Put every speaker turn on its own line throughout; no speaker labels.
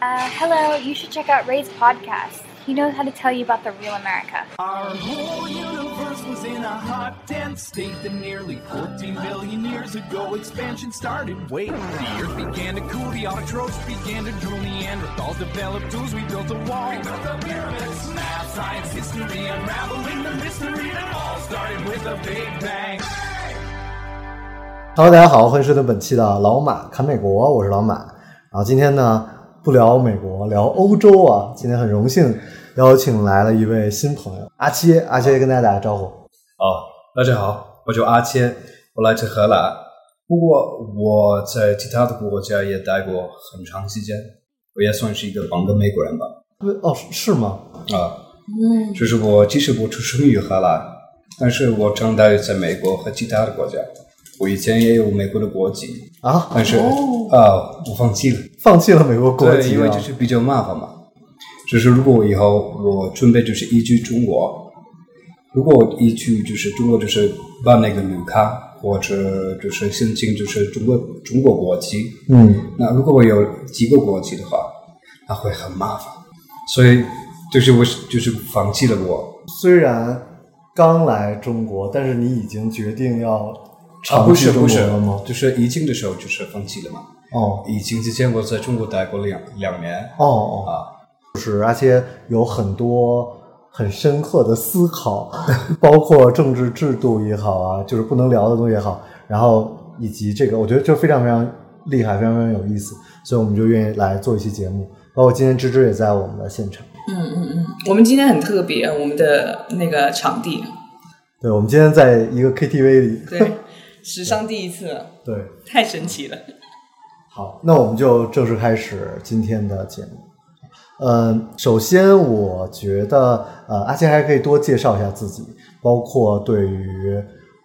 Uh, hello, you should check out Ray's podcast. He knows how to tell you about the real America.
Our whole universe was in a hot, dense state that nearly 14 billion years ago expansion started. Wait, the earth began to cool, the autotrophs began to drool, Neanderthals developed tools, we built a wall. We built the pyramids, math, science, history, unraveling the mystery that all started with a big bang.
Hello，大家好，欢迎收听本期的老马侃美国，我是老马。然后今天呢，不聊美国，聊欧洲啊。今天很荣幸邀请来了一位新朋友阿切，阿切跟大家打个招呼。
哦，大家好，我叫阿谦，我来自荷兰。不过我在其他的国家也待过很长时间，我也算是一个半个美国人吧。
哦，是是吗？
啊，嗯，就是我其实我出生于荷兰，但是我长大于在美国和其他的国家。我以前也有美国的国籍，
啊，
但是啊、我放弃了。
放弃了美国国
对，
籍
因为
啊？
就是比较麻烦嘛。就是如果我以后我准备就是移居中国，如果我移居就是中国，就是办那个绿卡或者就是申请就是中国中国国籍。
嗯，
那如果我有几个国籍的话，那会很麻烦。所以就是我是就是放弃了我，
虽然刚来中国，但是你已经决定要
啊
长
不
居
是
中
不
国
是
了吗？
就是疫情的时候就是放弃了嘛。
哦
疫情之前我在中国待过两两年
哦哦，
啊。
就是阿切有很多很深刻的思考， 包括政治制度也好啊，就是不能聊的东西也好，然后以及这个，我觉得就非常非常厉害，非常非常有意思，所以我们就愿意来做一期节目。包括今天芝芝也在我们的现场，
嗯我们今天很特别，我们的那个场 地，
对，我们今天在一个 KTV 里，
对，史上第一次，
对，
太神奇了。
好，那我们就正式开始今天的节目。呃，首先我觉得，呃，阿谦还可以多介绍一下自己，包括对于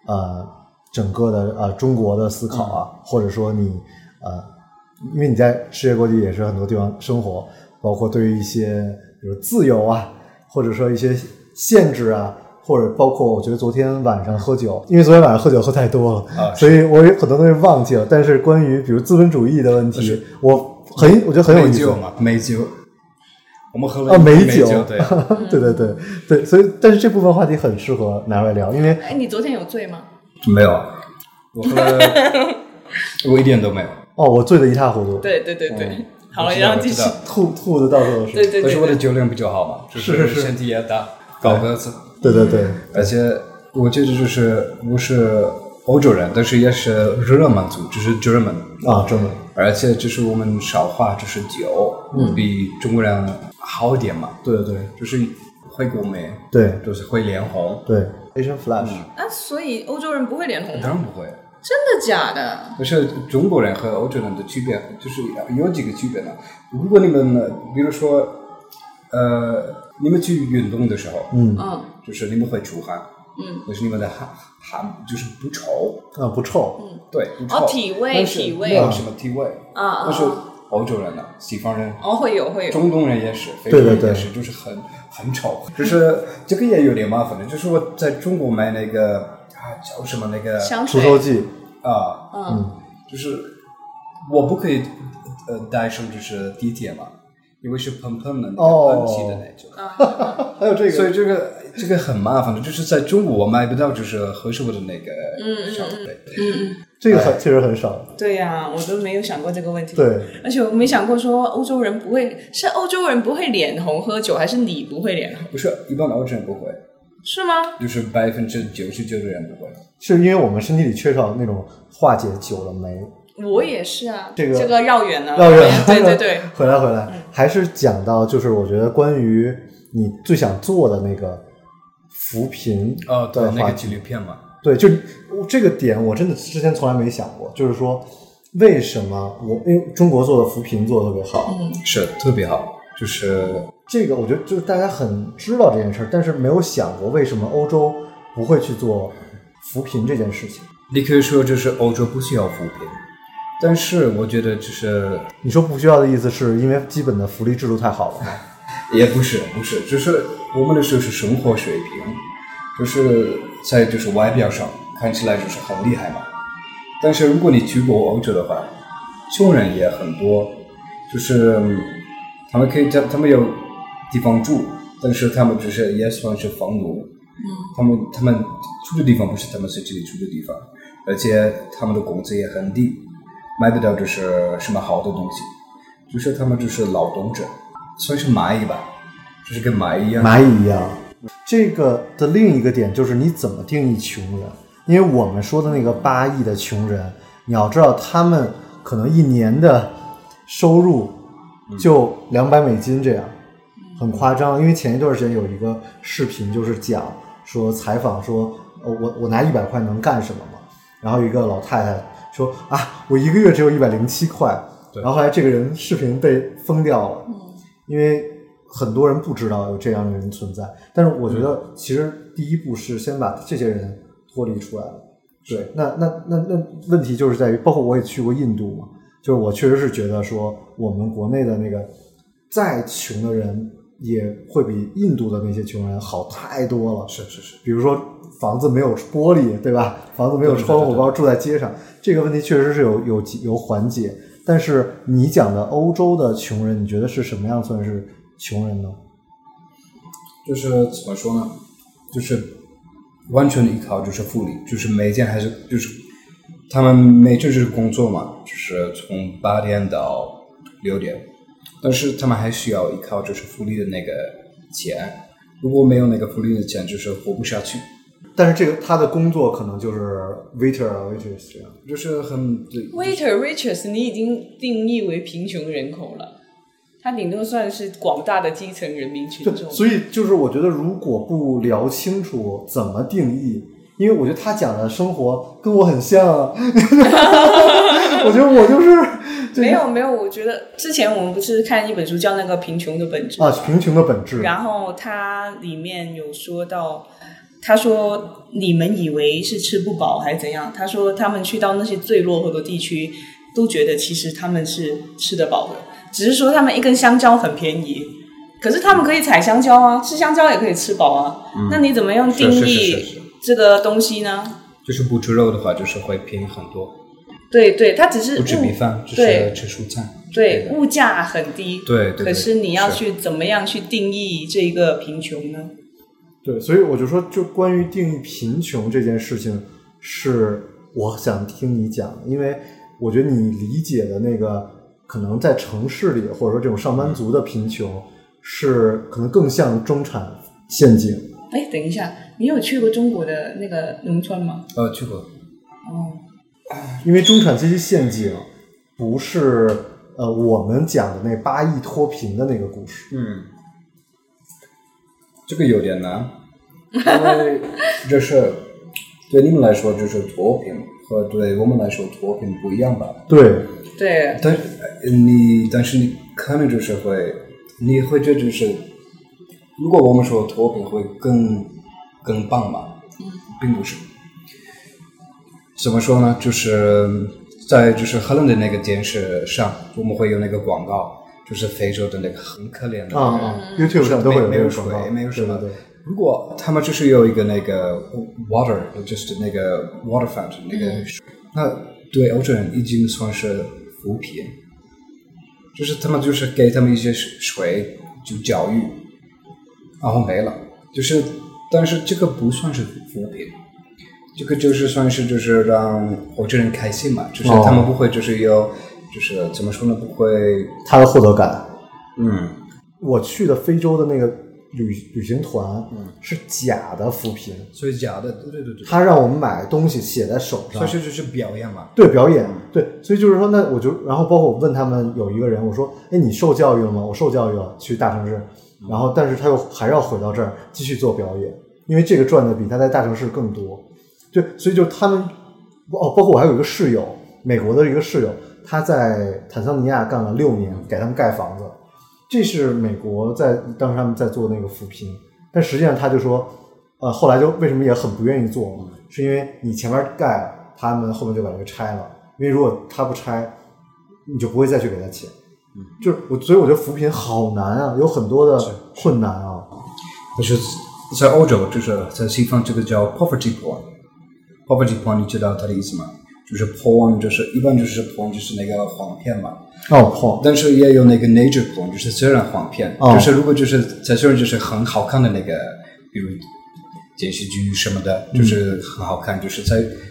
呃整个的呃中国的思考啊，或者说你呃，因为你在世界各地也是很多地方生活，包括对于一些比如自由啊，或者说一些限制啊，或者包括我觉得昨天晚上喝酒，因为昨天晚上喝酒喝太多了，
啊
所以我有很多东西忘记了。但是关于比如资本主义的问题，我很我觉得很有
美
意思
酒。嘛，美酒，我们喝
啊，
了一杯
美
美
酒，
对，
对对对
嗯
对，所以但是这部分话题很适合拿出来聊，因为
哎，你昨天有醉吗？
没有，我喝 了，我一点都没有，
哦，我醉得一塌糊涂，
对对对对，
嗯
好
我
了，
知道
然后继
我
续
知道。
吐吐的到处都是，
对
但
对对
是我的
对，
酒量比较好嘛，就是
是
身体也大，高个子，
对对对，
而且我记得就是我是欧洲人，但是也是日满族，就是 German，
啊，真的，
而且就是我们少话就是酒，
嗯
比中国人好一点嘛，
对对
就是会过敏，
对
就是会脸红，
对，Asian Flash，
啊，所以欧洲人不会脸红吗？
当然不会。
真的假的？
但是中国人和欧洲人的区别就是有几个区别呢？如果你们呃比如说，呃，你们去运动的时候，
嗯
嗯
就是你们会出汗，
嗯，
但是你们的汗汗就是不臭，
啊，不臭，
对，不臭，
哦体味
但是
体味
没有什么体味，
啊啊
但是
啊，
欧洲人呢、西方人。
哦，会有会有，
中东人也是，非
对
洲
对
人
对
也是，就是很很丑，就是这个也有点麻烦的。就是我在中国买那个啊叫什么那个
香
除
嗯
水，
臭剂，
啊，
嗯，
就是我不可以呃带上就是地铁嘛，因为是喷喷的那个
哦
喷气的那种，
还有这
所以这个这个很麻烦的，就是在中国我买不到就是合适我的那个香水，
这个很确实很少，
对呀、我都没有想过这个问题。，
对，
而且我没想过说欧洲人不会，是欧洲人不会脸红喝酒，还是你不会脸红？
不是一般的欧洲人不会，
是吗？
就是百分之九十九的人不会。
是因为我们身体里缺少那种化解酒的酶。
我也是啊，
这个
绕远了，
绕远，
啊对 对对，， 嗯
回来回来，还是讲到就是我觉得关于你最想做的那个扶贫
哦，对
的，
那
话
个
题
纪录片嘛，
对，就这个点，我真的之前从来没想过，就是说为什么我因为中国做的扶贫做的特别好，
是特别好，就是
这个我觉得就是大家很知道这件事儿，但是没有想过为什么欧洲不会去做扶贫这件事情。
你可以说就是欧洲不需要扶贫，但是我觉得就是
你说不需要的意思是因为基本的福利制度太好了吗？
也不是，不是，就是我们的就是生活水平，就是在就是外表上看起来就是很厉害嘛。但是如果你去过欧洲的话，穷人也很多，就是嗯他们可以他他们有地方住，但是他们就是也算是房奴。他们他们住的地方不是他们自己住的地方，而且他们的工资也很低，买不到就是什么好的东西，就是他们就是劳动者，算是蚂蚁吧，就是跟蚂蚁一样。
蚂蚁一样。这个的另一个点就是你怎么定义穷人？因为我们说的那个八亿的穷人，你要知道他们可能一年的收入
嗯
就两百美金这样，很夸张。因为前一段时间有一个视频，就是讲说采访说，呃我我拿一百块能干什么嘛？然后一个老太太说啊，我一个月只有一百零七块。
对
然后后来这个人视频被封掉了，因为很多人不知道有这样的人存在。但是我觉
嗯
得，其实第一步是先把这些人脱离出来了。对，那那那那问题就是在于，包括我也去过印度嘛，就是我确实是觉得说，我们国内的那个再穷的人也会比印度的那些穷人好太多了。
是是是，
比如说房子没有玻璃，对吧？房子没有窗户，
对对对对
包括住在街上，这个问题确实是有有有缓解。但是你讲的欧洲的穷人，你觉得是什么样算是穷人呢？
就是怎么说呢？就是完全依靠就是福利，就是每天还是就是他们每天就是工作嘛，就是从八点到六点，但是他们还需要依靠就是福利的那个钱，如果没有那个福利的钱，就是活不下去。
但是这个他的工作可能就是 waiter 啊 waitress 这样。
就是很对
Waiter Richards，你已经定义为贫穷人口了，他顶多算是广大的基层人民群
对，
众。
所以就是我觉得，如果不聊清楚怎么定义，因为我觉得他讲的生活跟我很像啊。 我觉得我就是
没有没有，我觉得之前我们不是看一本书叫那个《贫穷的本质》
啊，贫穷的本质。
然后它里面有说到，他说你们以为是吃不饱还是怎样？他说他们去到那些最落后的地区，都觉得其实他们是吃得饱的，只是说他们一根香蕉很便宜，可是他们可以采香蕉啊，吃香蕉也可以吃饱啊。那你怎么样定
嗯是是是
义
是
这个东西呢？
就是不吃肉的话，就是会便宜很多。
对对，它只是
不吃
物
米饭，只
对
是吃蔬菜。
对，嗯物价很低，
对对对
可是你要
是
去怎么样去定义这个贫穷呢？
对，所以我就说，就关于定义贫穷这件事情，是我想听你讲的，因为我觉得你理解的那个，可能在城市里，或者说这种上班
嗯
族的贫穷，是可能更像中产陷阱。
哎，等一下，你有去过中国的那个农村吗？
呃，去过。
哦，
因为中产阶级陷阱不是呃我们讲的那八亿脱贫的那个故事，
嗯，这个有点难，因为这是对你们来说就是脱贫，和对我们来说脱贫不一样吧？
对，
对，
但是呃你，但是你可能就是会，你会这就是，如果我们说脱贫会更更棒嘛，并不是。怎么说呢？就是在就是荷兰的那个电视上，我们会有那个广告，就是非洲的那个很可怜的那个
啊
人
啊，YouTube 上都会有
没
那
有
个
水
广告，，
没有什么
对对对。
如果他们就是有一个那个 water，就是那个 water fountain 那个水，那对欧洲人已经算是扶贫，就是他们就是给他们一些水就教育，然后没了，就是但是这个不算是扶贫。这个就是算是就是让欧洲人开心嘛，就是
哦
他们不会就是有，就是怎么说呢，不会，
他的获得感。
嗯，
我去的非洲的那个旅旅行团，是假的扶贫，
所以假的，对对对对，
他让我们买东西写在手上
所以，这就是表演嘛，
对表演，对，所以就是说，那我就，然后包括我问他们有一个人，我说，哎，你受教育了吗？我受教育了，去大城市，然后但是他又还要回到这儿继续做表演，因为这个赚的比他在大城市更多，对，所以就他们，哦，包括我还有一个室友，美国的一个室友，他在坦桑尼亚干了六年，给他们盖房子，这是美国在当时他们在做那个扶贫，但实际上他就说，呃，后来就为什么也很不愿意做嘛，是因为你前面盖了，他们后面就把这个拆了，因为如果他不拆，你就不会再去给他钱。
嗯
就是我，所以我觉得扶贫好难啊，有很多的困难啊。
就是在欧洲，就是在西方这个叫 poverty porn。poverty porn，你知道它的意思吗？就是 porn，就是一般就是 porn，就是那个黄片嘛。
哦，破
但是也有那个 nature porn，就是自然黄片，
哦
就是如果就是在虽然就是很好看的那个，比如电视剧什么的，就是很好看，就是在。
哦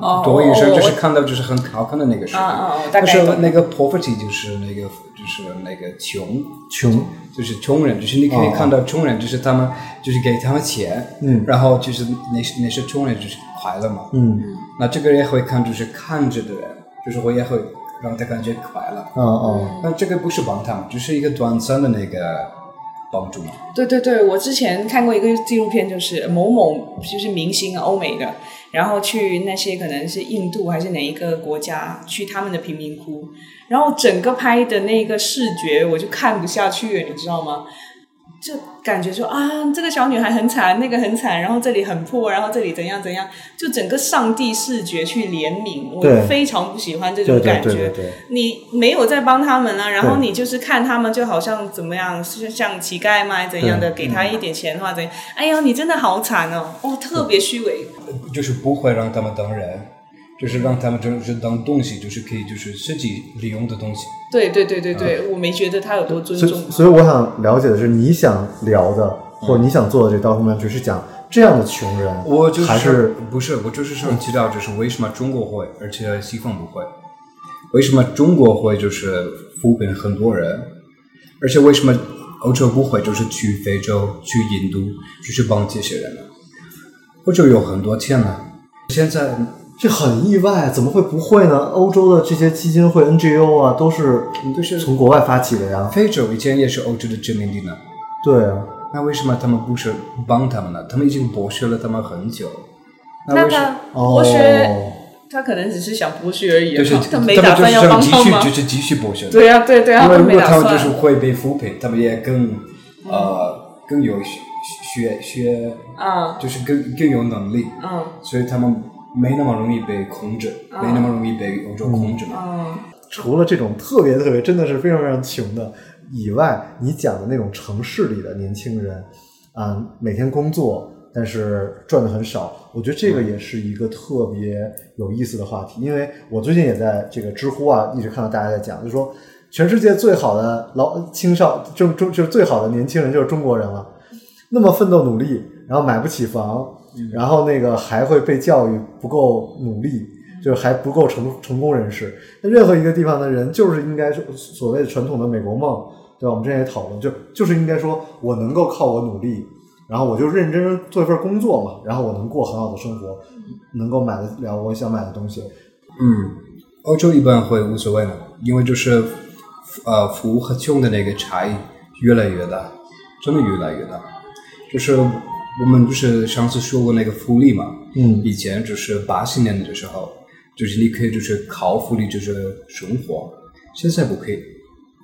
呃，多一
我
生
我
就是看到就是很好看的那个视频，
啊啊啊大
但
概
是
懂
那个 poverty 就是那个就是那个穷，
穷，
就是穷人，就是你可以
哦
看到穷人，就是他们就是给他们钱，
嗯
然后就是那些那些穷人就是快乐嘛，
嗯，
那这个也会看就是看着的人，就是我也会让他感觉快乐，
哦哦，
那这个不是帮他们，只是一个短暂的那个帮助嘛。
对对对，我之前看过一个纪录片，就是某某就是明星啊，欧美的，然后去那些可能是印度还是哪一个国家，去他们的贫民窟，然后整个拍的那个视觉我就看不下去，你知道吗？就感觉说啊，这个小女孩很惨，那个很惨，然后这里很破，然后这里怎样怎样，就整个上帝视觉去怜悯，
对
我非常不喜欢这
对
种
对
感觉。
对对对，
你没有在帮他们了、然后
对
你就是看他们就好像怎么样，是像乞丐吗？还是怎样的？给他一点钱的话，怎样？哎呦，你真的好惨哦！哦，特别虚伪。
就是不会让他们当人，就是让他们就是当东西，就是可以就是自己利用的东西。
对对对对对，我没觉得他有多尊
所
重啊
以所以我想了解的是，你想聊的或者你想做的这道面，只是讲这样的穷人，
嗯我就是
还是
不是我就是想知道，就是为什么中国会，而且西方不会？为什么中国会就是扶贫很多人，而且为什么欧洲不会就是去非洲、去印度，就是帮这些人呢？欧洲有很多钱呢，现在
这很意外，怎么会不会呢？欧洲的这些基金会、NGO 啊，都是
就是
从国外发起的呀。
非洲以前也是欧洲的殖民地呢。
对啊，
那为什么他们不是帮他们呢？他们已经剥削了他们很久。
那
为什么
他
哦
剥，削，他可能只是想剥削而已啊，
就是
他
们
没
就是
打算要
想
帮
继
他
续
们啊。
就是继续剥削。
对呀、对对啊，
因为
们
如
没
果
打
他们
算
就是。会被扶贫，他们也更呃更有学学学，
嗯
就是更更有能力，
嗯
所以他们没那么容易被控制，
啊
没那么容易被欧洲控制嘛。
嗯，
除了这种特别特别真的是非常非常穷的以外，你讲的那种城市里的年轻人，啊、每天工作但是赚的很少，我觉得这个也是一个特别有意思的话题。因为我最近也在这个知乎啊，一直看到大家在讲，就说全世界最好的老青少中中就是最好的年轻人就是中国人了，那么奋斗努力，然后买不起房，然后那个还会被教育不够努力，就是还不够成成功人士。那任何一个地方的人，就是应该说所谓的传统的美国梦，对吧？我们之前也讨论，就就是应该说我能够靠我努力，然后我就认真做一份工作嘛，然后我能过很好的生活，能够买得了我想买的东西。
嗯，欧洲一般会无所谓的，因为就是呃富和穷的那个差异越来越大，真的越来越大。就是我们不是上次说过那个福利嘛，
嗯
以前就是八十年代的时候，就是你可以就是靠福利就是生活，现在不可以，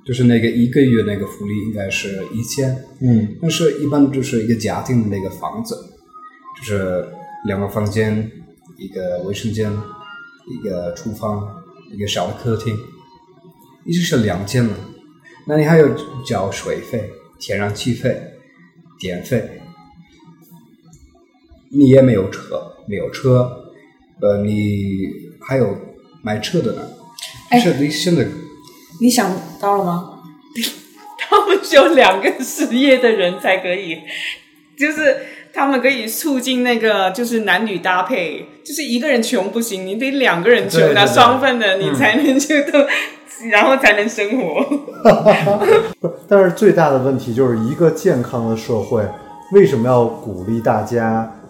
就是那个一个月那个福利应该是一千，
嗯
但是一般就是一个家庭的那个房子，就是两个房间，一个卫生间，一个厨房，一个小的客厅，一直是两间了。那你还有交水费、天然气费、电费，你也没有车，没有车，呃，你还有买车的呢。
哎
就是你现在
你想到了吗？ 他们只有两个失业的人才可以，就是他们可以促进那个就是男女搭配，就是一个人穷不行，你得两个
对
人
嗯
穷，
对
拿
对
双份的，你才能就都， 然后才能生活。
但是最大的问题就是一个健康的社会，为什么要鼓励大家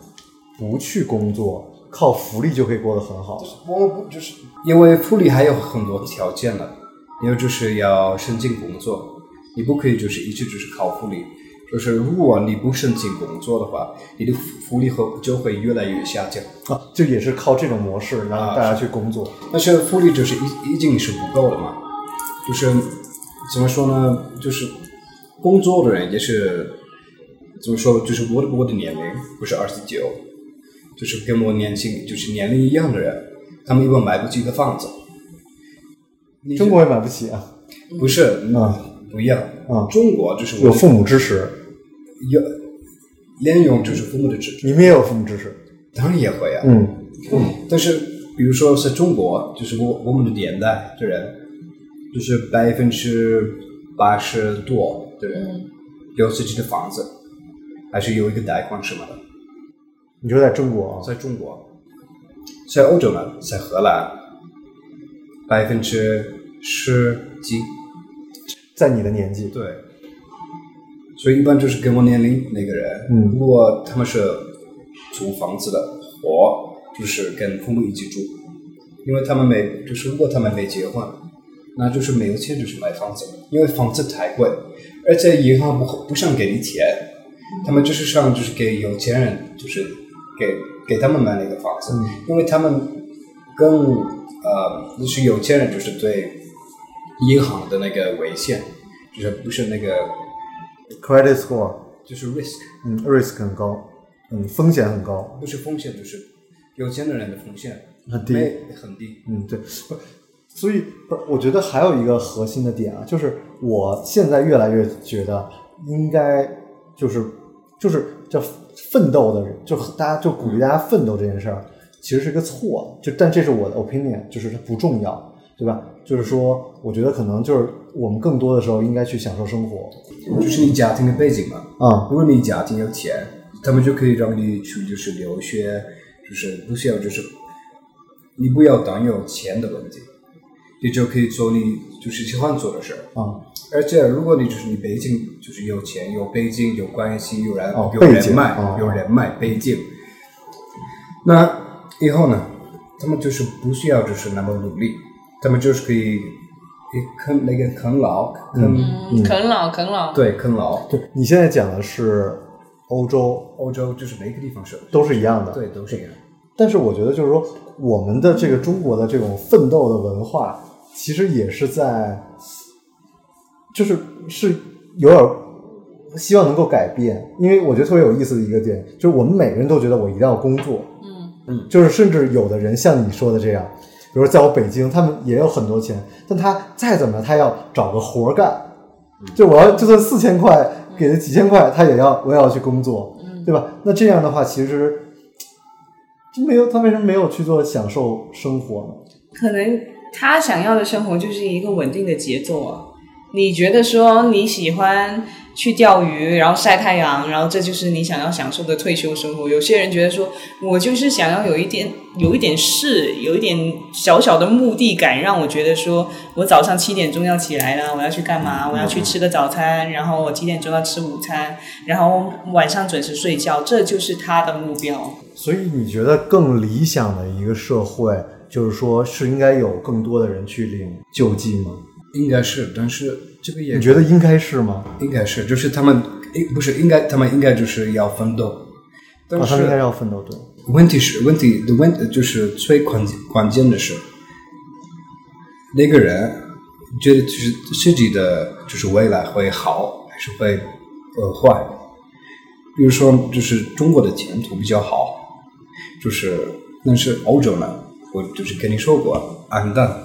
不去工作，靠福利就可以过得很好？
我不就是因为福利还有很多条件的，因为就是要申请工作，你不可以就是一直就是靠福利。就是如果你不申请工作的话，你的福利和就会越来越下降。
啊，就也是靠这种模式让大家去工作。
但是福利就是一一定是不够的嘛，就是怎么说呢？就是工作的人也是怎么说？就是我的我的年龄不是二十九，就是跟我年轻就是年龄一样的人，他们一般买不起一个房子。你
中国也买不起啊，
不是
啊
不一样
啊
中国就是
有父母支持，
有，连用就是父母的支持，
你们也有父母支持。
当然也会啊。
嗯，
但是比如说在中国，就是我我们的年代的人，就是百分之八十多的人、有自己的房子，还是有一个贷款什么的。
你说在中国啊，
在中国，在欧洲呢，在荷兰，百分之十几，
在你的年纪，
对。所以一般就是跟我年龄那个人，
嗯
如果他们是租房子的，我就是跟父母一起住，因为他们没，就是如果他们没结婚，那就是没有钱，就是买房子，因为房子太贵，而且银行不不想给你钱，他们就是想就是给有钱人，就是给给他们买那个房子，
嗯
因为他们更呃，就是有钱人就是对银行的那个危险，就是不是那个
credit score，
就是 risk，
嗯，risk 很高，嗯，风险很高，
不是风险，就是有钱的人的风险
很低
没很低。
嗯，对。不所以，不是，我觉得还有一个核心的点啊，就是我现在越来越觉得应该就是就是叫奋斗的人，就大家就鼓励大家奋斗这件事儿，其实是个错。就但这是我的 opinion，就是它不重要，对吧？就是说，我觉得可能就是我们更多的时候应该去享受生活
就是你家庭的背景嘛，
啊、
如果你家庭有钱，他们就可以让你去就是留学，就是不需要就是你不要担忧钱的问题，你就可以做你就是喜欢做的事儿。
啊，
而且如果你就是你北京就是有钱有背景有关系有人、
哦
有
背
人
景
脉、
哦
有人脉背景，那以后呢，他们就是不需要就是那么努力，他们就是可以啃那个啃老啃、
嗯，啃老啃老，
对啃老，
对你现在讲的是欧洲，
欧洲就是每个地方是
都是一样的，
对都是一样。
但是我觉得就是说，我们的这个中国的这种奋斗的文化，其实也是在，就是是有点儿希望能够改变。因为我觉得特别有意思的一个点，就是我们每个人都觉得我一定要工作，
嗯，
就是甚至有的人像你说的这样，比如说在我北京，他们也有很多钱，但他再怎么样，他要找个活儿干，就我要就算四千块给他几千块，他也要我也要去工作，对吧？那这样的话，其实就没有他为什么没有去做享受生活呢？
可能他想要的生活就是一个稳定的节奏啊。你觉得说你喜欢去钓鱼，然后晒太阳，然后这就是你想要享受的退休生活。有些人觉得说，我就是想要有一点有一点事，有一点小小的目的感，让我觉得说我早上七点钟要起来啦，我要去干嘛？我要去吃个早餐，然后我几点钟要吃午餐，然后晚上准时睡觉，这就是他的目标。
所以你觉得更理想的一个社会，就是说是应该有更多的人去领救济吗？
应该是，但是这个也
你觉得应该是吗？
应该是，就是他们应不是应该，他们应该就是要奋斗，但
啊，
是、
他们应该要奋斗，对。
问题是问题的问呃就是最关关键的是，那个人觉得就是自己的就是未来会好还是会呃坏？比如说，就是中国的前途比较好，就是但是欧洲呢，我就是跟你说过暗淡，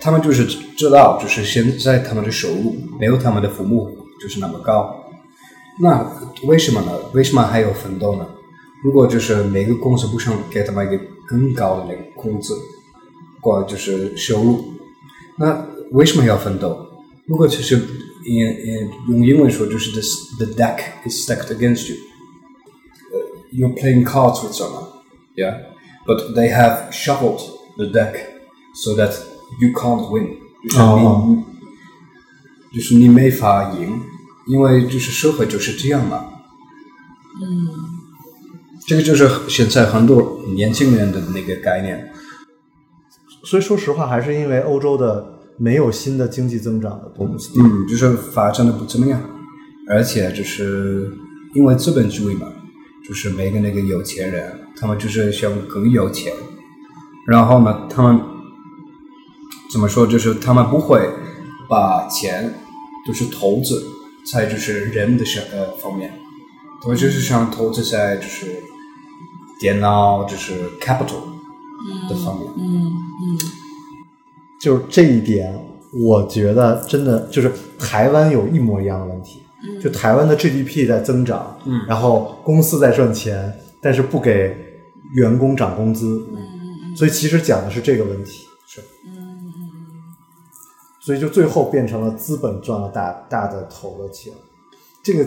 他们就是知道，就是现在他们的收入没有他们的父母就是那么高，那为什么呢？为什么还有奋斗呢？如果就是每个公司不想给他们一个更高的那个工资，或就是收入，那为什么要奋斗？如果就是英英用英文说就是 the the deck is stacked against you，you're 呃 playing cards with someone, yeah, but they have shuffled the deck so that you can't win，就是你、
哦
就是你没法赢，因为就是社会就是这样嘛。嗯，这个就是现在很多年轻人的那个概念，
所以说实话，还是因为欧洲的没有新的经济增长的东西。
嗯，就是发展的不怎么样，而且就是因为资本主义嘛，就是每个那个有钱人，他们就是想更有钱，然后呢，他们怎么说，就是他们不会把钱就是投资在就是人的上呃方面，他们就是想投资在就是电脑就是 capital 的方面，
嗯
就是这一点，我觉得真的就是台湾有一模一样的问题，
嗯
就嗯台湾的 GDP 在增长，然后公司在赚钱，但是不给员工涨工资，所以其实讲的是这个问题，是，所以就最后变成了资本赚了大大的头的钱，这个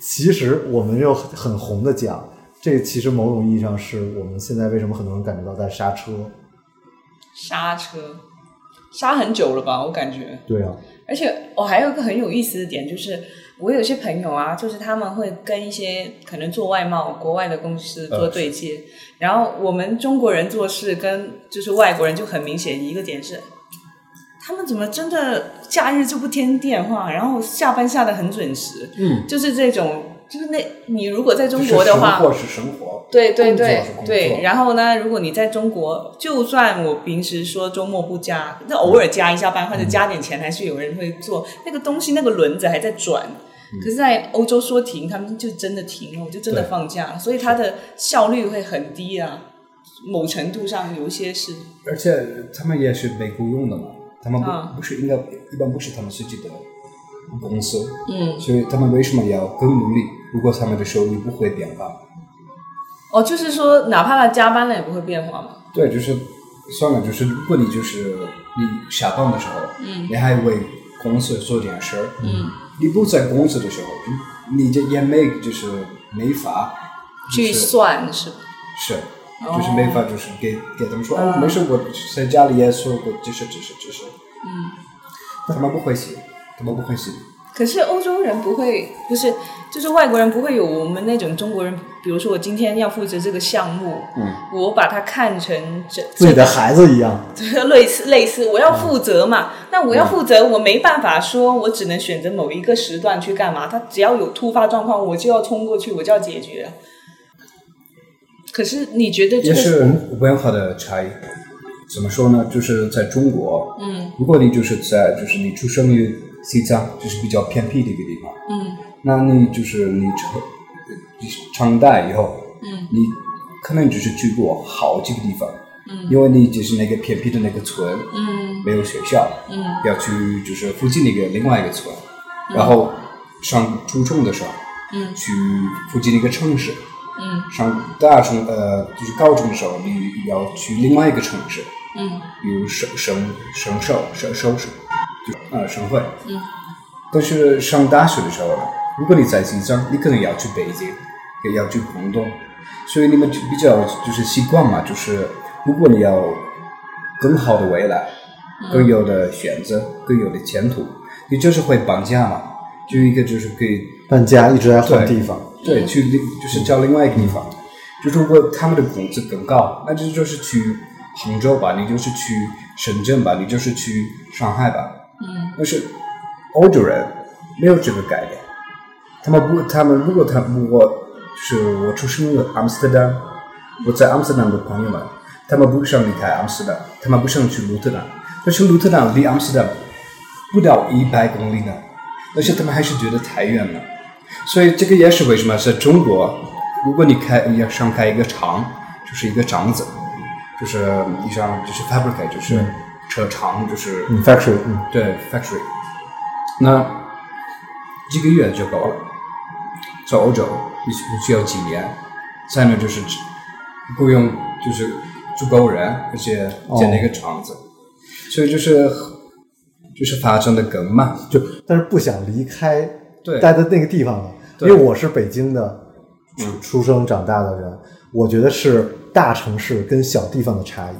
其实我们又很红的讲，这个其实某种意义上是我们现在为什么很多人感觉到在刹车，
刹车，刹很久了吧？我感觉，
对啊，
而且我、还有一个很有意思的点，就是我有些朋友啊，就是他们会跟一些可能做外贸国外的公司做对接，然后我们中国人做事跟就是外国人就很明显一个点是，他们怎么真的假日就不听电话，然后下班下的很准时，
嗯，
就是这种。就是那，你如果在中
就是
国的话，
生活是生活，
对对
工作
对
是工作
对，然后呢，如果你在中国，就算我平时说周末不加，那偶尔加一下班或者
嗯
加点钱，还是有人会做那个东西，那个轮子还在转。可是，在欧洲说停，他们就真的停了，我就真的
嗯对
放假，所以它的效率会很低啊。某程度上，有一些是
而且他们也是被雇佣的嘛，他们不、
啊
不是应该一般不是他们自己的公司，
嗯，
所以他们为什么要更努力？如果他们的收入不会变化，
哦，就是说，哪怕他加班了，也不会变化嘛。
对，就是算了，就是如果你就是你下班的时候，
嗯
你还为公司做点事儿，
嗯，
你不在公司的时候，你这也没就是没法、就是、
去算是吧？
是，
哦
就是没法就是给给他们说，哦，没事，我在家里也说过，就是就是就是，
嗯。
他们不会写，他们不会写，
可是欧洲人不会，不是，就是外国人不会有我们那种中国人。比如说，我今天要负责这个项目，
嗯，
我把它看成这
自己的孩子一样，
这个 类似类似，我要负责嘛。
嗯
那我要负责，我没办法说，我只能选择某一个时段去干嘛。他只要有突发状况，我就要冲过去，我就要解决。可是你觉得这
也
个
是文化的差异。怎么说呢？就是在中国，
嗯
如果你就是在就是你出生于西藏，就是比较偏僻的一个地方，
嗯
那你就是你长你长大以后，
嗯
你可能就是去过好几个地方，
嗯
因为你就是那个偏僻的那个村，
嗯
没有学校，
嗯
要去就是附近的一个另外一个村，然后上初中的时候
嗯
去附近的一个城市，
嗯
上大中呃就是高中的时候你要去另外一个城市，
嗯
比如省省省首省首市，就呃省会。
嗯。
但是上大学的时候呢，如果你在西藏，你可能要去北京，也要去广东，所以你们就比较就是习惯嘛，就是如果你要更好的未来，更有的选择，更有的前途，你就是会绑架嘛，就一个就是可以
搬家一直在换
对
地方，
对，去另就是到另外一个地方，就是如果他们的工资更高，那就就是去杭州吧，你就是去深圳吧，你就是去上海吧。
嗯
但是欧洲人没有这个概念，他们不，他们如果他我就是我出生于阿姆斯特丹，我在阿姆斯特丹的朋友们，他们不想离开阿姆斯特丹，他们不想去鹿特丹，但是鹿特丹离阿姆斯特丹不到一百公里呢，但是他们还是觉得太远了，所以这个也是为什么在中国，如果你开你要想开一个厂，就是一个厂子，就是你像就是 fabricate 就是车厂，就是
嗯，factory，嗯，
对 factory，那一个月就够了。在欧洲，你需你需要几年才能就是只雇佣就是足够人，而且
哦
建立一个厂子，所以就是就是发展的更慢。
就但是不想离开
对
待在那个地方了，因
对嗯
为我是北京的出出生长大的人，我觉得是大城市跟小地方的差异。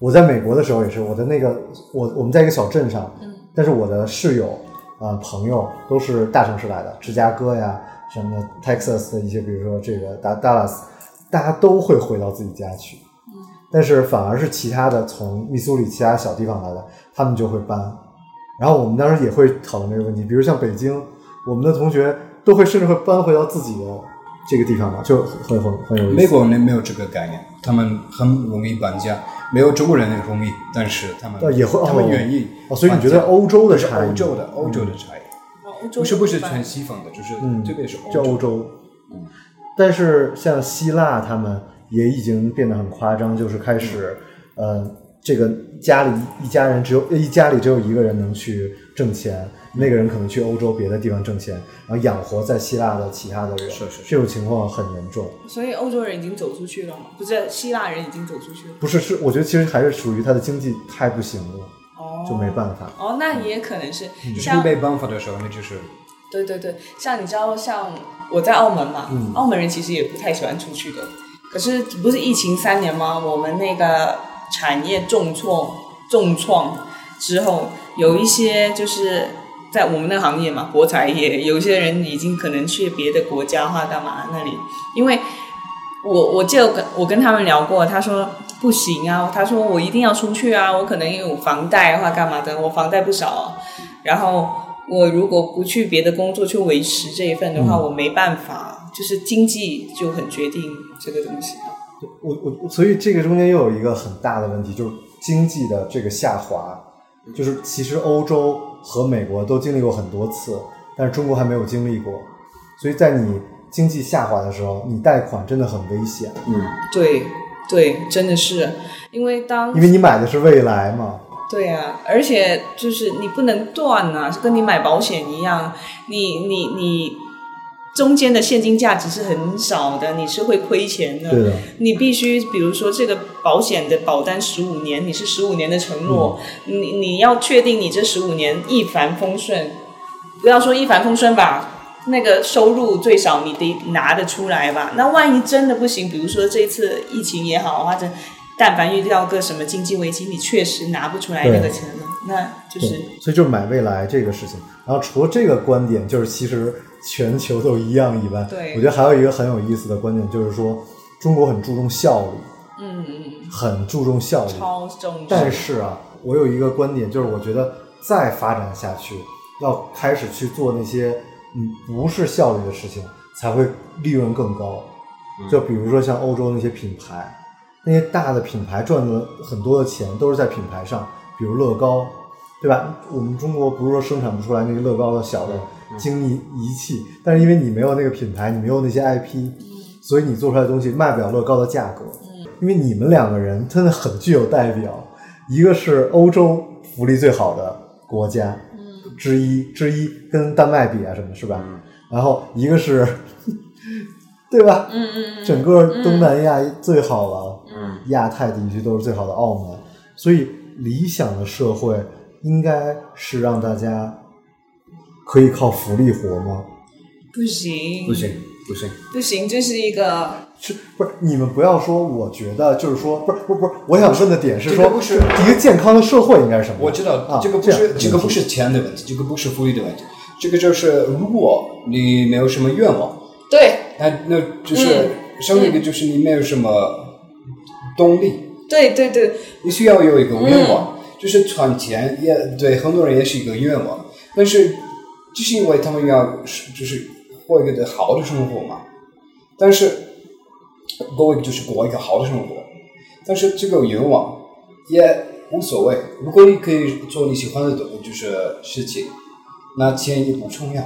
我在美国的时候也是，我的那个我我们在一个小镇上，但是我的室友啊、呃朋友都是大城市来的，芝加哥呀什么的，Texas 的一些，比如说这个达达拉斯，大家都会回到自己家去。但是反而是其他的从密苏里其他小地方来的，他们就会搬。然后我们当时也会讨论这个问题，比如像北京，我们的同学都会甚至会搬回到自己的这个地方嘛，就很很很有意
美
思。
国人没有这个概念，他们很容易搬家，没有中国人容易，但是他们
对也会哦
他们愿意搬家、
哦所以你觉得欧洲的
就是
差异
欧洲的欧洲的差异，
欧洲
不是不是
吧
全西方的，就是嗯
嗯，
特别是欧
就欧洲。但是像希腊他们也已经变得很夸张，就是开始，呃，这个家里一家人只有一家里只有一个人能去挣钱，那个人可能去欧洲别的地方挣钱，然后养活在希腊的其他的人，
是是是
这种情况很严重。
所以欧洲人已经走出去了嘛，不是希腊人已经走出去了，
不是，是我觉得其实还是属于他的经济太不行了，
哦，
就没办法。
哦，那也可能是
就是
像
不没办法的时候，那就是
对对对，像你知道，像我在澳门嘛，
嗯
澳门人其实也不太喜欢出去的。可是不是疫情三年吗？我们那个产业重创重创之后，有一些就是在我们那行业嘛，博彩业，有些人已经可能去别的国家或干嘛那里，因为我我记得我跟我跟他们聊过，他说不行啊，他说我一定要出去啊，我可能有房贷或干嘛的，我房贷不少、啊，然后我如果不去别的工作去维持这一份的话，我没办法，就是经济就很决定这个东西。
我我我所以这个中间又有一个很大的问题，就是经济的这个下滑，就是其实欧洲和美国都经历过很多次，但是中国还没有经历过，所以在你经济下滑的时候，你贷款真的很危险，
嗯，
对对，真的是，因为当
因为你买的是未来嘛。
对啊，而且就是你不能断啊，是跟你买保险一样，你你你中间的现金价值是很少的，你是会亏钱的。
对的，
你必须，比如说这个保险的保单十五年，你是十五年的承诺，
嗯
你你要确定你这十五年一帆风顺，不要说一帆风顺吧，那个收入最少你得拿得出来吧。那万一真的不行，比如说这次疫情也好，或者但凡遇到个什么经济危机，你确实拿不出来那个钱了，那就是
对，所以就是买未来这个事情。然后除了这个观点，就是其实全球都一样以外，
对
我觉得还有一个很有意思的观点，就是说中国很注重效率，
嗯嗯，
很注重效率，
超重
但
视，
是啊，我有一个观点，就是我觉得再发展下去，要开始去做那些嗯不是效率的事情，才会利润更高。就比如说像欧洲那些品牌，那些大的品牌赚了很多的钱，都是在品牌上，比如乐高，对吧？我们中国不是说生产不出来那个乐高的小的精密仪器，但是因为你没有那个品牌，你没有那些 IP，所以你做出来的东西卖不了乐高的价格。因为你们两个人真的很具有代表，一个是欧洲福利最好的国家之一，之一跟丹麦比啊什么，是吧？然后一个是，对吧？
嗯嗯嗯，
整个东南亚最好了，
嗯，
亚太地区都是最好的澳门，所以理想的社会应该是让大家可以靠福利活吗？
不行
不行不行，
不行，这是一个
是不是你们不要说？我觉得就是说，不是不是不是，我想问的点是说，
这个不是
一个健康的社会应该是什么样？
我知道、
啊，
这个不是
样
这个不是钱的问题，这个不是福利的问题，这个就是如果你没有什么愿望，
对
那那就是上一个就是你没有什么动力，
对对对，
你需要有一个愿望，就是存钱也对很多人也是一个愿望，但是就是因为他们要就是过一个好的生活嘛，但是过一个就是过一个好的生活，但是这个愿望也无所谓，如果你可以做你喜欢的东就是事情，那钱也不重要。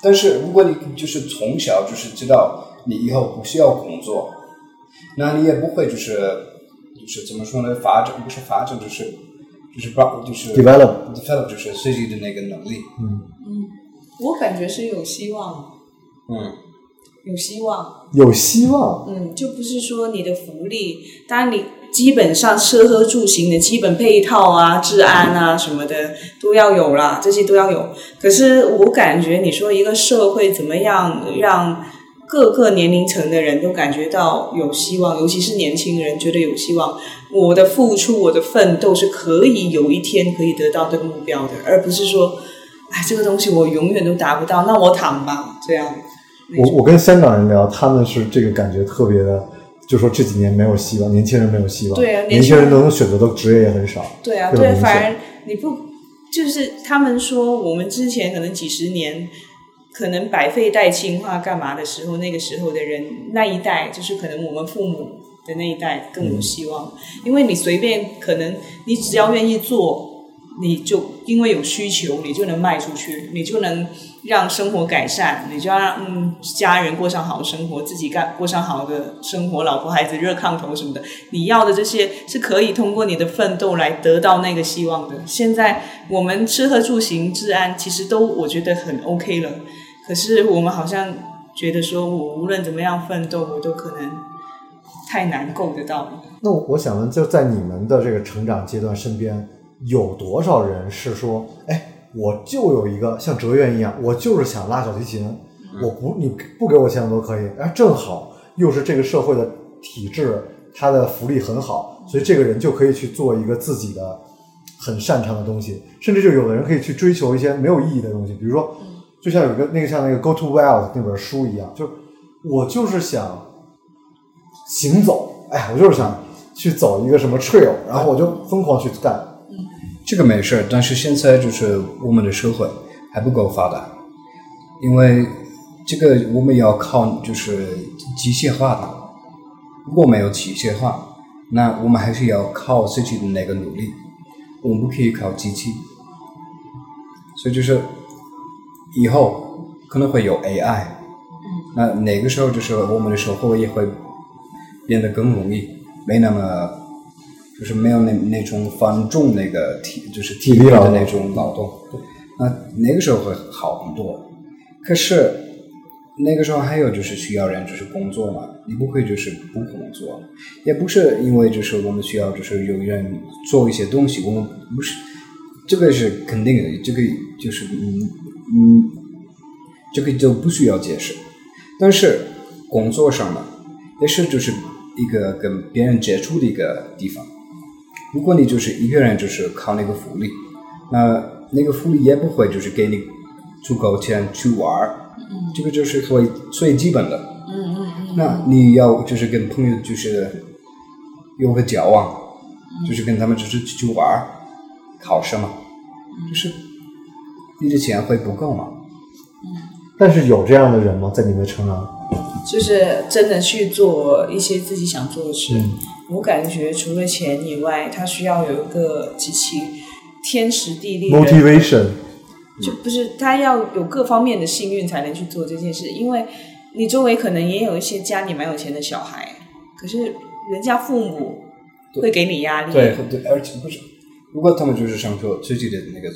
但是如果你就是从小就是知道你以后不需要工作，那你也不会就是就是怎么说呢？发展不是发展，就是就是把就是
Develop 嗯
develop 就是自己的那个能力。
我感觉是有希望，
嗯，
有希望。
有希望，
嗯，就不是说你的福利，当然你基本上吃喝住行的基本配套啊、治安啊什么的都要有啦，这些都要有。可是我感觉你说一个社会怎么样让各个年龄层的人都感觉到有希望，尤其是年轻人觉得有希望，我的付出、我的奋斗是可以有一天可以得到这个目标的，而不是说，哎，这个东西我永远都达不到，那我躺吧，这样。
我我跟香港人聊，他们是这个感觉特别的，就说这几年没有希望，年轻人没有希望，
对啊
年
年
轻
轻人
人能选择的职业也很少，
对啊，
这
对
很，明
反
显
而你不就是他们说我们之前可能几十年，可能百废待兴化干嘛的时候，那个时候的人那一代，就是可能我们父母
嗯
的那一代更有希望，因为你随便可能你只要愿意做，你就因为有需求，你就能卖出去，你就能让生活改善，你就要让嗯家人过上好生活，自己干过上好的生活，老婆孩子热炕头什么的，你要的这些是可以通过你的奋斗来得到那个希望的。现在我们吃喝住行治安其实都我觉得很 OK 了，可是我们好像觉得说我无论怎么样奋斗，我都可能太难够得到了。
那我想问，就在你们的这个成长阶段，身边有多少人是说，哎，我就有一个像哲源一样，我就是想拉小提琴，我不你不给我钱我都可以，哎，正好又是这个社会的体制，它的福利很好，所以这个人就可以去做一个自己的很擅长的东西，甚至就有的人可以去追求一些没有意义的东西，比如说，就像有一个那个像那个《Go to Wild》那本书一样，就是我就是想行走，哎呀，我就是想去走一个什么 trail，然后我就疯狂去干。
这个没事儿，但是现在就是我们的社会还不够发达，因为这个我们要靠就是机械化的，如果没有机械化，那我们还是要靠自己的那个努力，我们不可以靠机器，所以就是以后可能会有 AI，那哪个时候就是我们的生活也会变得更容易，没那么就是没有那那种繁重那个体就是体力的那种劳动，那那个时候会好很多。可是那个时候还有就是需要人就是工作嘛，你不会就是不工作，也不是因为就是我们需要就是有人做一些东西，我们不是这个是肯定的，这个就是嗯嗯，这个就不需要解释。但是工作上呢，也是就是一个跟别人接触的一个地方。如果你就是一个人，就是靠那个福利，那那个福利也不会就是给你足够钱去玩儿，这个就是最最基本的。
嗯嗯嗯。
那你要就是跟朋友就是有个交往，
嗯
就是跟他们就是去玩儿，考试嘛，
嗯
就是你的钱会不够嘛。
但是有这样的人吗？在你们的成长，
就是真的去做一些自己想做的事。我感觉除了钱以外，它需要有一个极其天时地利人和
motivation
就不是他要有各方面的幸运才能去做这件事，因为你周围可能也有一些家里蛮有钱的小孩，可是人家父母会给你压力，
对对，而且不是，如果他们就是想说自己的那个，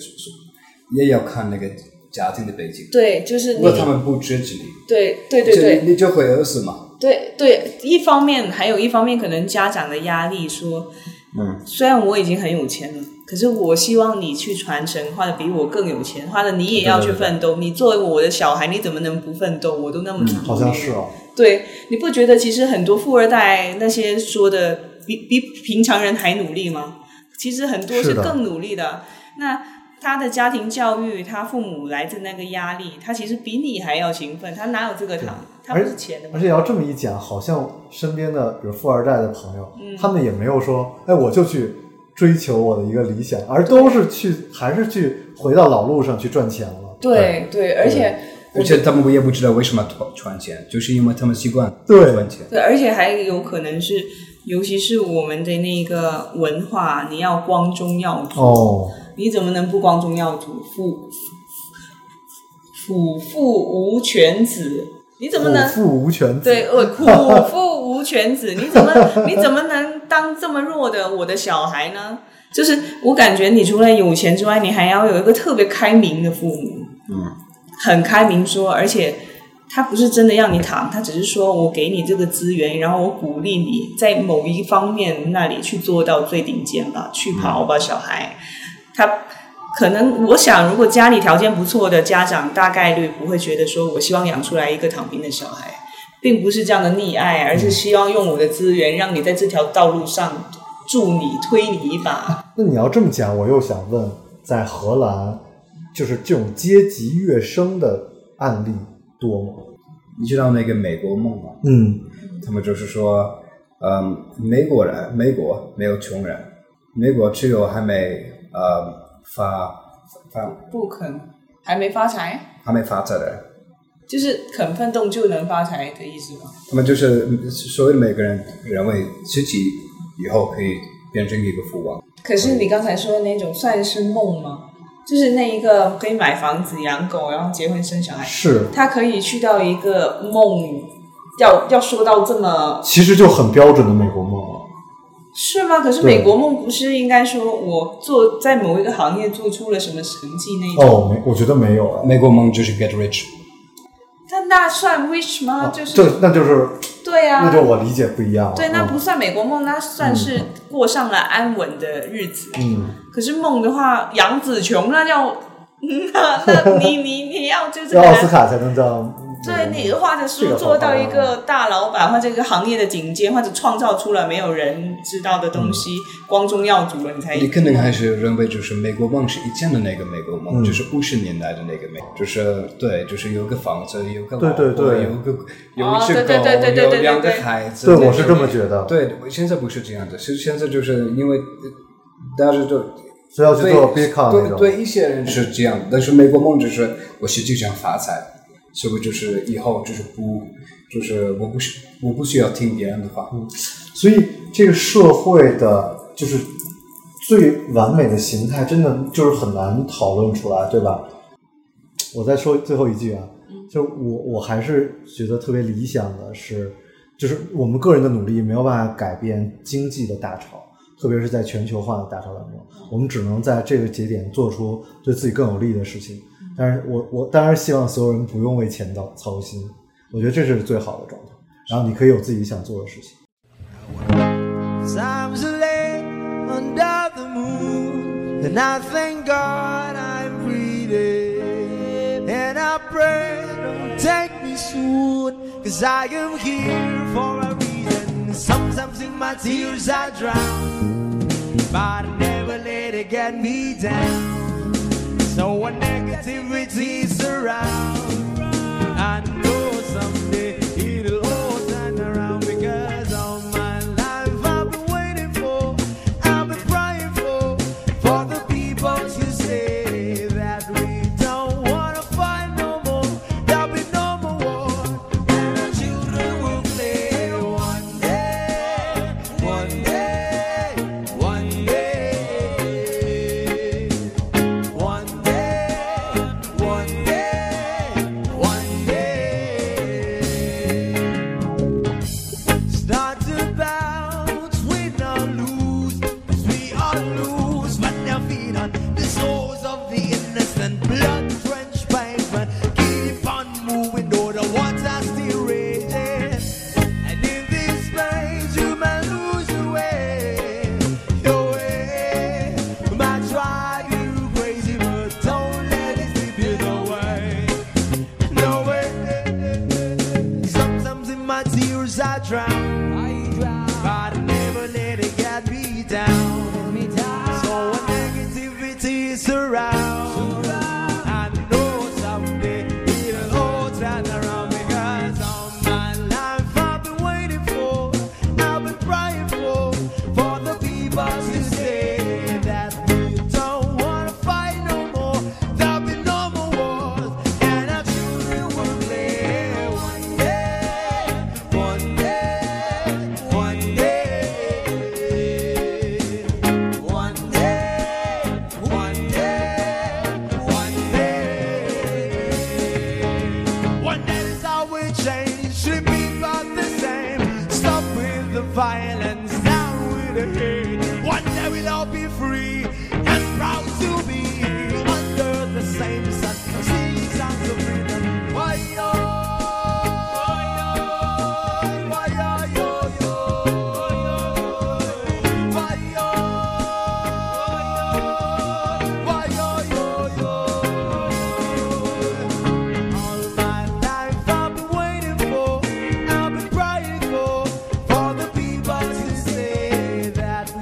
也要看那个家庭的背景。
对，就是
如
你
果，他们不支持你，
对对对对
就，你就会饿死嘛。
对对，一方面还有一方面可能家长的压力说，
嗯，
虽然我已经很有钱了，可是我希望你去传承，或者比我更有钱，或者你也要去奋斗。你作为我的小孩，你怎么能不奋斗？我都那么、
好像是。哦。
对，你不觉得其实很多富二代那些说的比比平常人还努力吗？其实很多
是
是
的
更努力的。那他的家庭教育，他父母来自那个压力，他其实比你还要勤奋，他哪有这个糖？他
而
不是钱的吗
而？且要这么一讲，好像身边的比如富二代的朋友，
嗯
他们也没有说，哎，我就去追求我的一个理想，而都是去还是去回到老路上去赚钱了。
对对，而且
而且他们也不知道为什么传传钱，就是因为他们习惯
对
传钱。
对，而且还有可能是，尤其是我们的那个文化，你要光宗耀祖，
哦，
你怎么能不光宗耀祖？父父父无犬子，你怎么能
我？父无全子，
对，我虎父无犬子，你怎么你怎么能当这么弱的我的小孩呢？就是我感觉，你除了有钱之外，你还要有一个特别开明的父母，
嗯，
很开明说，而且他不是真的让你躺，他只是说我给你这个资源，然后我鼓励你在某一方面那里去做到最顶尖吧，去跑吧，小孩。他可能我想，如果家里条件不错的家长，大概率不会觉得说我希望养出来一个躺平的小孩，并不是这样的溺爱，而是希望用我的资源让你在这条道路上助你推你一把。
那你要这么讲，我又想问，在荷兰，就是这种阶级跃升的案例多吗？
你知道那个美国梦吗？
嗯，
他们就是说，嗯，美国人，美国没有穷人，美国只有还没呃发发
不肯，还没发财，
还没发财的人。
就是肯奋斗就能发财的意思吗？
那么就是所有的每个人认为自己以后可以变成一个富翁，
可是你刚才说的那种算是梦吗？就是那一个可以买房子、养狗，然后结婚生小孩，
是，
他可以去到一个梦，要要说到这么
其实就很标准的美国梦啊了。
是吗？可是
对
美国梦不是应该说我做在某一个行业做出了什么成绩那一种？
哦，没，我觉得没有啊。
美国梦就是 get rich，
但那算 rich 吗？就是
啊这那就是
对啊，
那就我理解不一样了。
对，那
嗯
不算美国梦，那算是过上了安稳的日子。
嗯，
可是梦的话，养子琼那叫， 那 那你你你要就是
要
很
奥
难
斯卡才能叫嗯
对你画着
这
书
个
做
好
到
吧
一个大老板，或者一个行业的顶尖，或者创造出了没有人知道的东西，
嗯
光宗耀祖了，你才
你肯定还是认为就是美国梦是以前的那个美国梦，
嗯
就是五十年代的那个美，就是对，就是有个房子，有个
对
老婆
对对
有个有
哦
一只狗，
对对对对对对
有两个
对
孩子。
对
那
我
种
是这么觉得
对，我现在不是这样的，是现在就是因为呃大家就
所以要去
对
做 Bitcoin 那
对
种。
对一些人是这样，但是美国梦就是我实际上发财，所以我就是以后就是不就是我不需我不需要听别人的话，
所以这个社会的，就是最完美的形态，真的就是很难讨论出来，对吧？我再说最后一句啊，就是我我还是觉得特别理想的是，就是我们个人的努力没有办法改变经济的大潮，特别是在全球化的大潮当中，我们只能在这个节点做出对自己更有利的事情。但是我我当然希望所有人不用为钱操操心，我觉得这是最好的状态。然后你可以有自己想做的事情。
Times I lay under the moon, and I thank God I'm breathing. And I pray, don't take me soon, cause I am here for a reason. Sometimes in my tears I drown, but I never let it get me down. So when negativity surrounds, I know someday it'll all turn around because all my life I've been waiting for, I've been praying for, for the people to say that we don't want to fight no more, there'll be no more war, and our children will play one day, one day, one day. One day, one day, one day. Start to bounce, win or lose, 'cause we all lose when our feet on the souls of the innocent. Blood drenched pavement, keep on moving, though the water's still raging. And in this place, you may lose your way, your way. Might drive you crazy, but don't let it slip you the way, no way. Sometimes in my tears I drown, but I never let it get me down. So when negativity is around, I know someday it'll all turn around because all my life I've been waiting for, I've been praying for, for the people to say that we don't want to fight no more. There'll be no more wars, and our children will play one day, one day, one day. One day, one day, one day. One day is how we change, should be about the same. Stop with the violence, down with the hate. One day we'll all be free and proud to be under the same sun. Seasons of freedom. Why, oh? yo, why, yo, yo, yo. Why, yo, why, yo, yo, yo. All my life I've been waiting for, I've been praying for, for the people to say that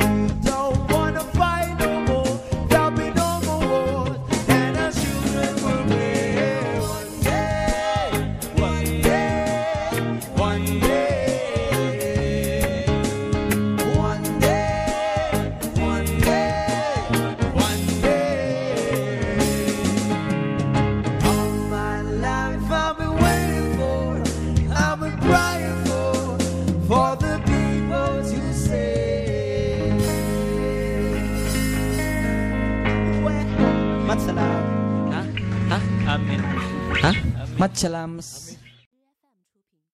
Matsalam. Huh? Huh? Amen. Huh? Matsalams.